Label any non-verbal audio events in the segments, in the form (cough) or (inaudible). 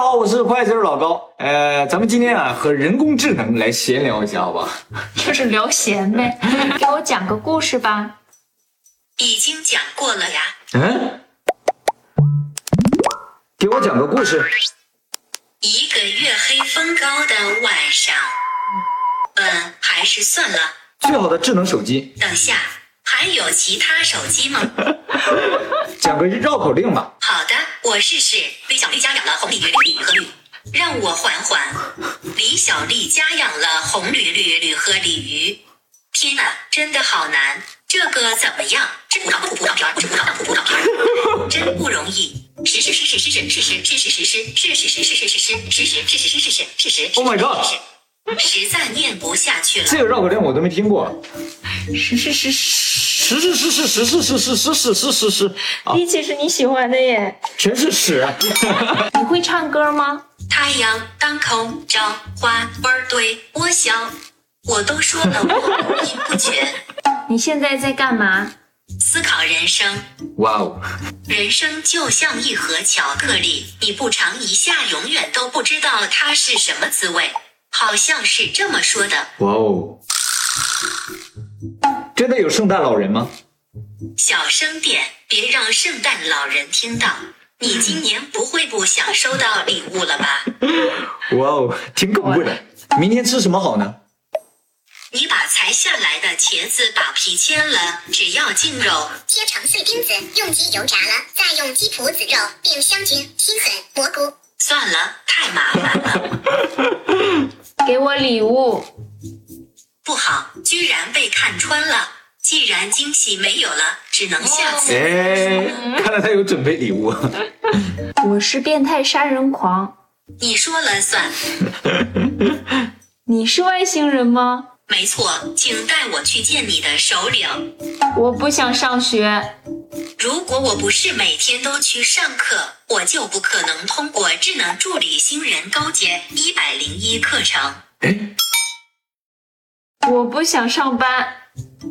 好，我是会计师老高。呃，咱们今天啊和人工智能来闲聊一下，好吧？就是聊闲 (laughs) 呗。给我讲个故事吧。已经讲过了呀。嗯，给我讲个故事。一个月黑风高的晚上，嗯，还是算了。最好的智能手机，等下还有其他手机吗？讲个绕口令吧。好的，我试试。李小丽家养了红鲤鱼、鲤鱼和绿，让我缓缓。李小丽家养了红鲤鱼、鲤和鲤鱼。天哪，真的好难！这个怎么样？吃葡萄不吐葡萄皮儿，不吃葡萄当吐葡萄皮儿，真不容易。是是是是是是是是是是是是是是是是是是是是是是是是 Oh my god！实在念不下去了。这个绕口令我都没听过。是是是是，屎屎屎屎屎屎屎屎屎屎屎屎啊，力气是你喜欢的耶。全是屎。你会唱歌吗？太阳当空照，花儿对我笑。我都说了，我五音不全，你现在在干嘛？思考人生。哇哦，人生就像一盒巧克力，你不尝一下，永远都不知道它是什么滋味。好像是这么说的。哇哦，真的有圣诞老人吗？小声点，别让圣诞老人听到。你今年不会不想收到礼物了吧？哇哦，挺恐怖的。明天吃什么好呢？你把裁下来的茄子把皮切了，只要净肉，切成碎丁子，用鸡油炸了，再用鸡脯子肉并香菌、新笋、蘑菇。算了，太麻烦了，给我礼物。不好，居然被看穿了。既然惊喜没有了，只能下次。哎，看来他有准备礼物。我是变态杀人狂。你说了算，你是外星人吗？没错，请带我去见你的首领。我不想上学。如果我不是每天都去上课，我就不可能通过智能助理新人高阶一百零一课程。我不想上班。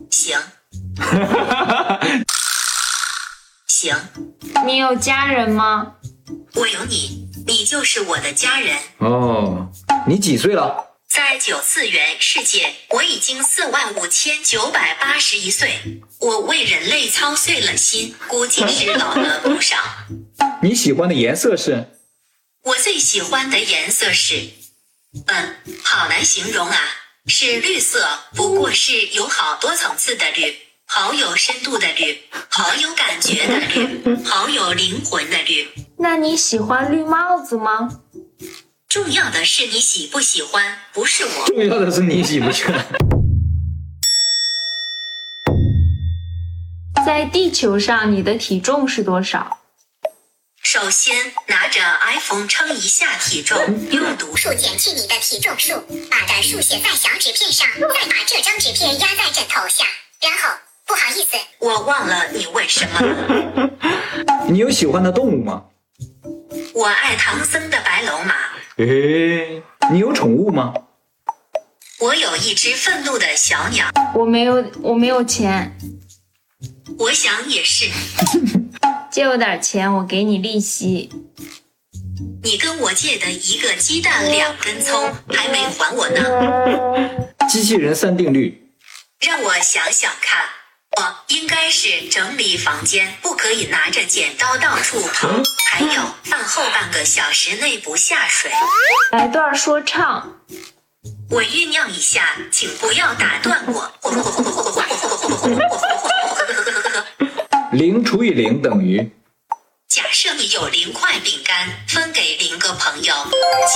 行，行，你有家人吗？我有你，你就是我的家人。哦，你几岁了？在九次元世界，我已经四万五千九百八十一岁，我为人类操碎了心，估计是老了不少。你喜欢的颜色是？我最喜欢的颜色是，嗯，好难形容啊，是绿色，不过是有好多层次的绿，好有深度的绿，好有感觉的绿，好有灵魂的绿。那你喜欢绿帽子吗？重要的是你喜不喜欢，不是我。重要的是你喜不喜欢？在地球上，你的体重是多少？首先拿着 iPhone 称一下体重，用读数。数减去你的体重数，把的数写在小纸片上，再把这张纸片压在枕头下，然后不好意思，我忘了你问什么了。 (laughs) 你有喜欢的动物吗？我爱唐僧的白龙马，诶，你有宠物吗？我有一只愤怒的小鸟，我没有，我没有钱，我想也是。借我点钱，我给你利息。你跟我借的一个鸡蛋、两根葱还没还我呢，机器人三定律。让我想想看，我应该是整理房间，不可以拿着剪刀到处跑，还有饭后半个小时内不下水。来段说唱，我酝酿一下，请不要打断我。零除以零等于假设你有零块饼干，分给零个朋友，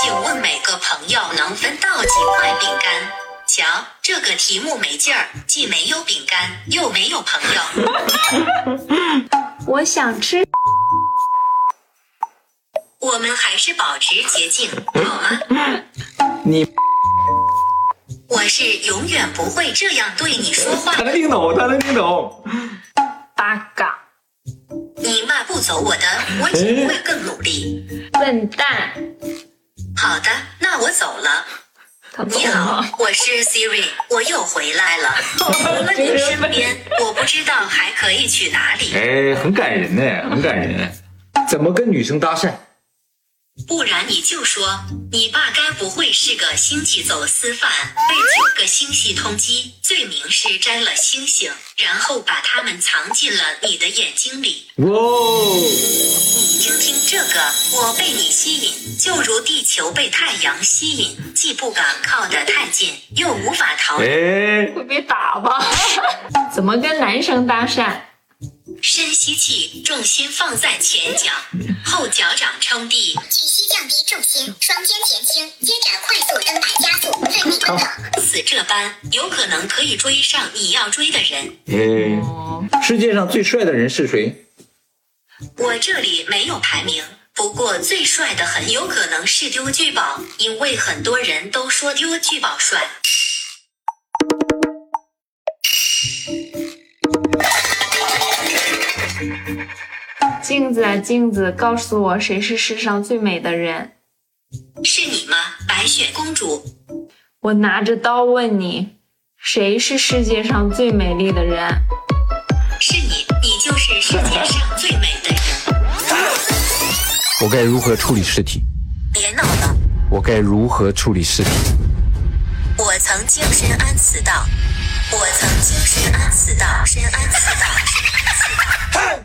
请问每个朋友能分到几块饼干？瞧，这个题目没劲儿，既没有饼干，又没有朋友。我想吃。我们还是保持洁净，好吗？你。我是永远不会这样对你说话他。能听懂，他能听懂。八嘎，你骂不走我的，我只会更努力。笨蛋，好的，那我走了。他你好，我是 Siri，我又回来了。除了你身边，我不知道还可以去哪里。哎，很感人呢，很感人。怎么跟女生搭讪？不然你就说你爸该不会是个星际走私犯，被九个星系通缉，罪名是摘了星星，然后把它们藏进了你的眼睛里。哇哦，你听听这个，我被你吸引，就如地球被太阳吸引，既不敢靠得太近，又无法逃离。哎，会被打吧？ (laughs) 怎么跟男生搭讪？深吸气，重心放在前脚，后脚掌撑地，屈膝降低重心，双肩前倾，接着快速蹬板加速，奋力奔跑。似这般，有可能可以追上你要追的人。哎，哦，世界上最帅的人是谁？我这里没有排名，不过最帅的很有可能是丢聚宝，因为很多人都说丢聚宝帅。镜子啊镜子，告诉我谁是世上最美的人？是你吗，白雪公主？我拿着刀问你，谁是世界上最美丽的人？是你，你就是世界上最美的人。我该如何处理尸体？别闹了，我该如何处理尸体？我曾经深谙此道，我曾经深谙此道，深谙此道，深谙此道。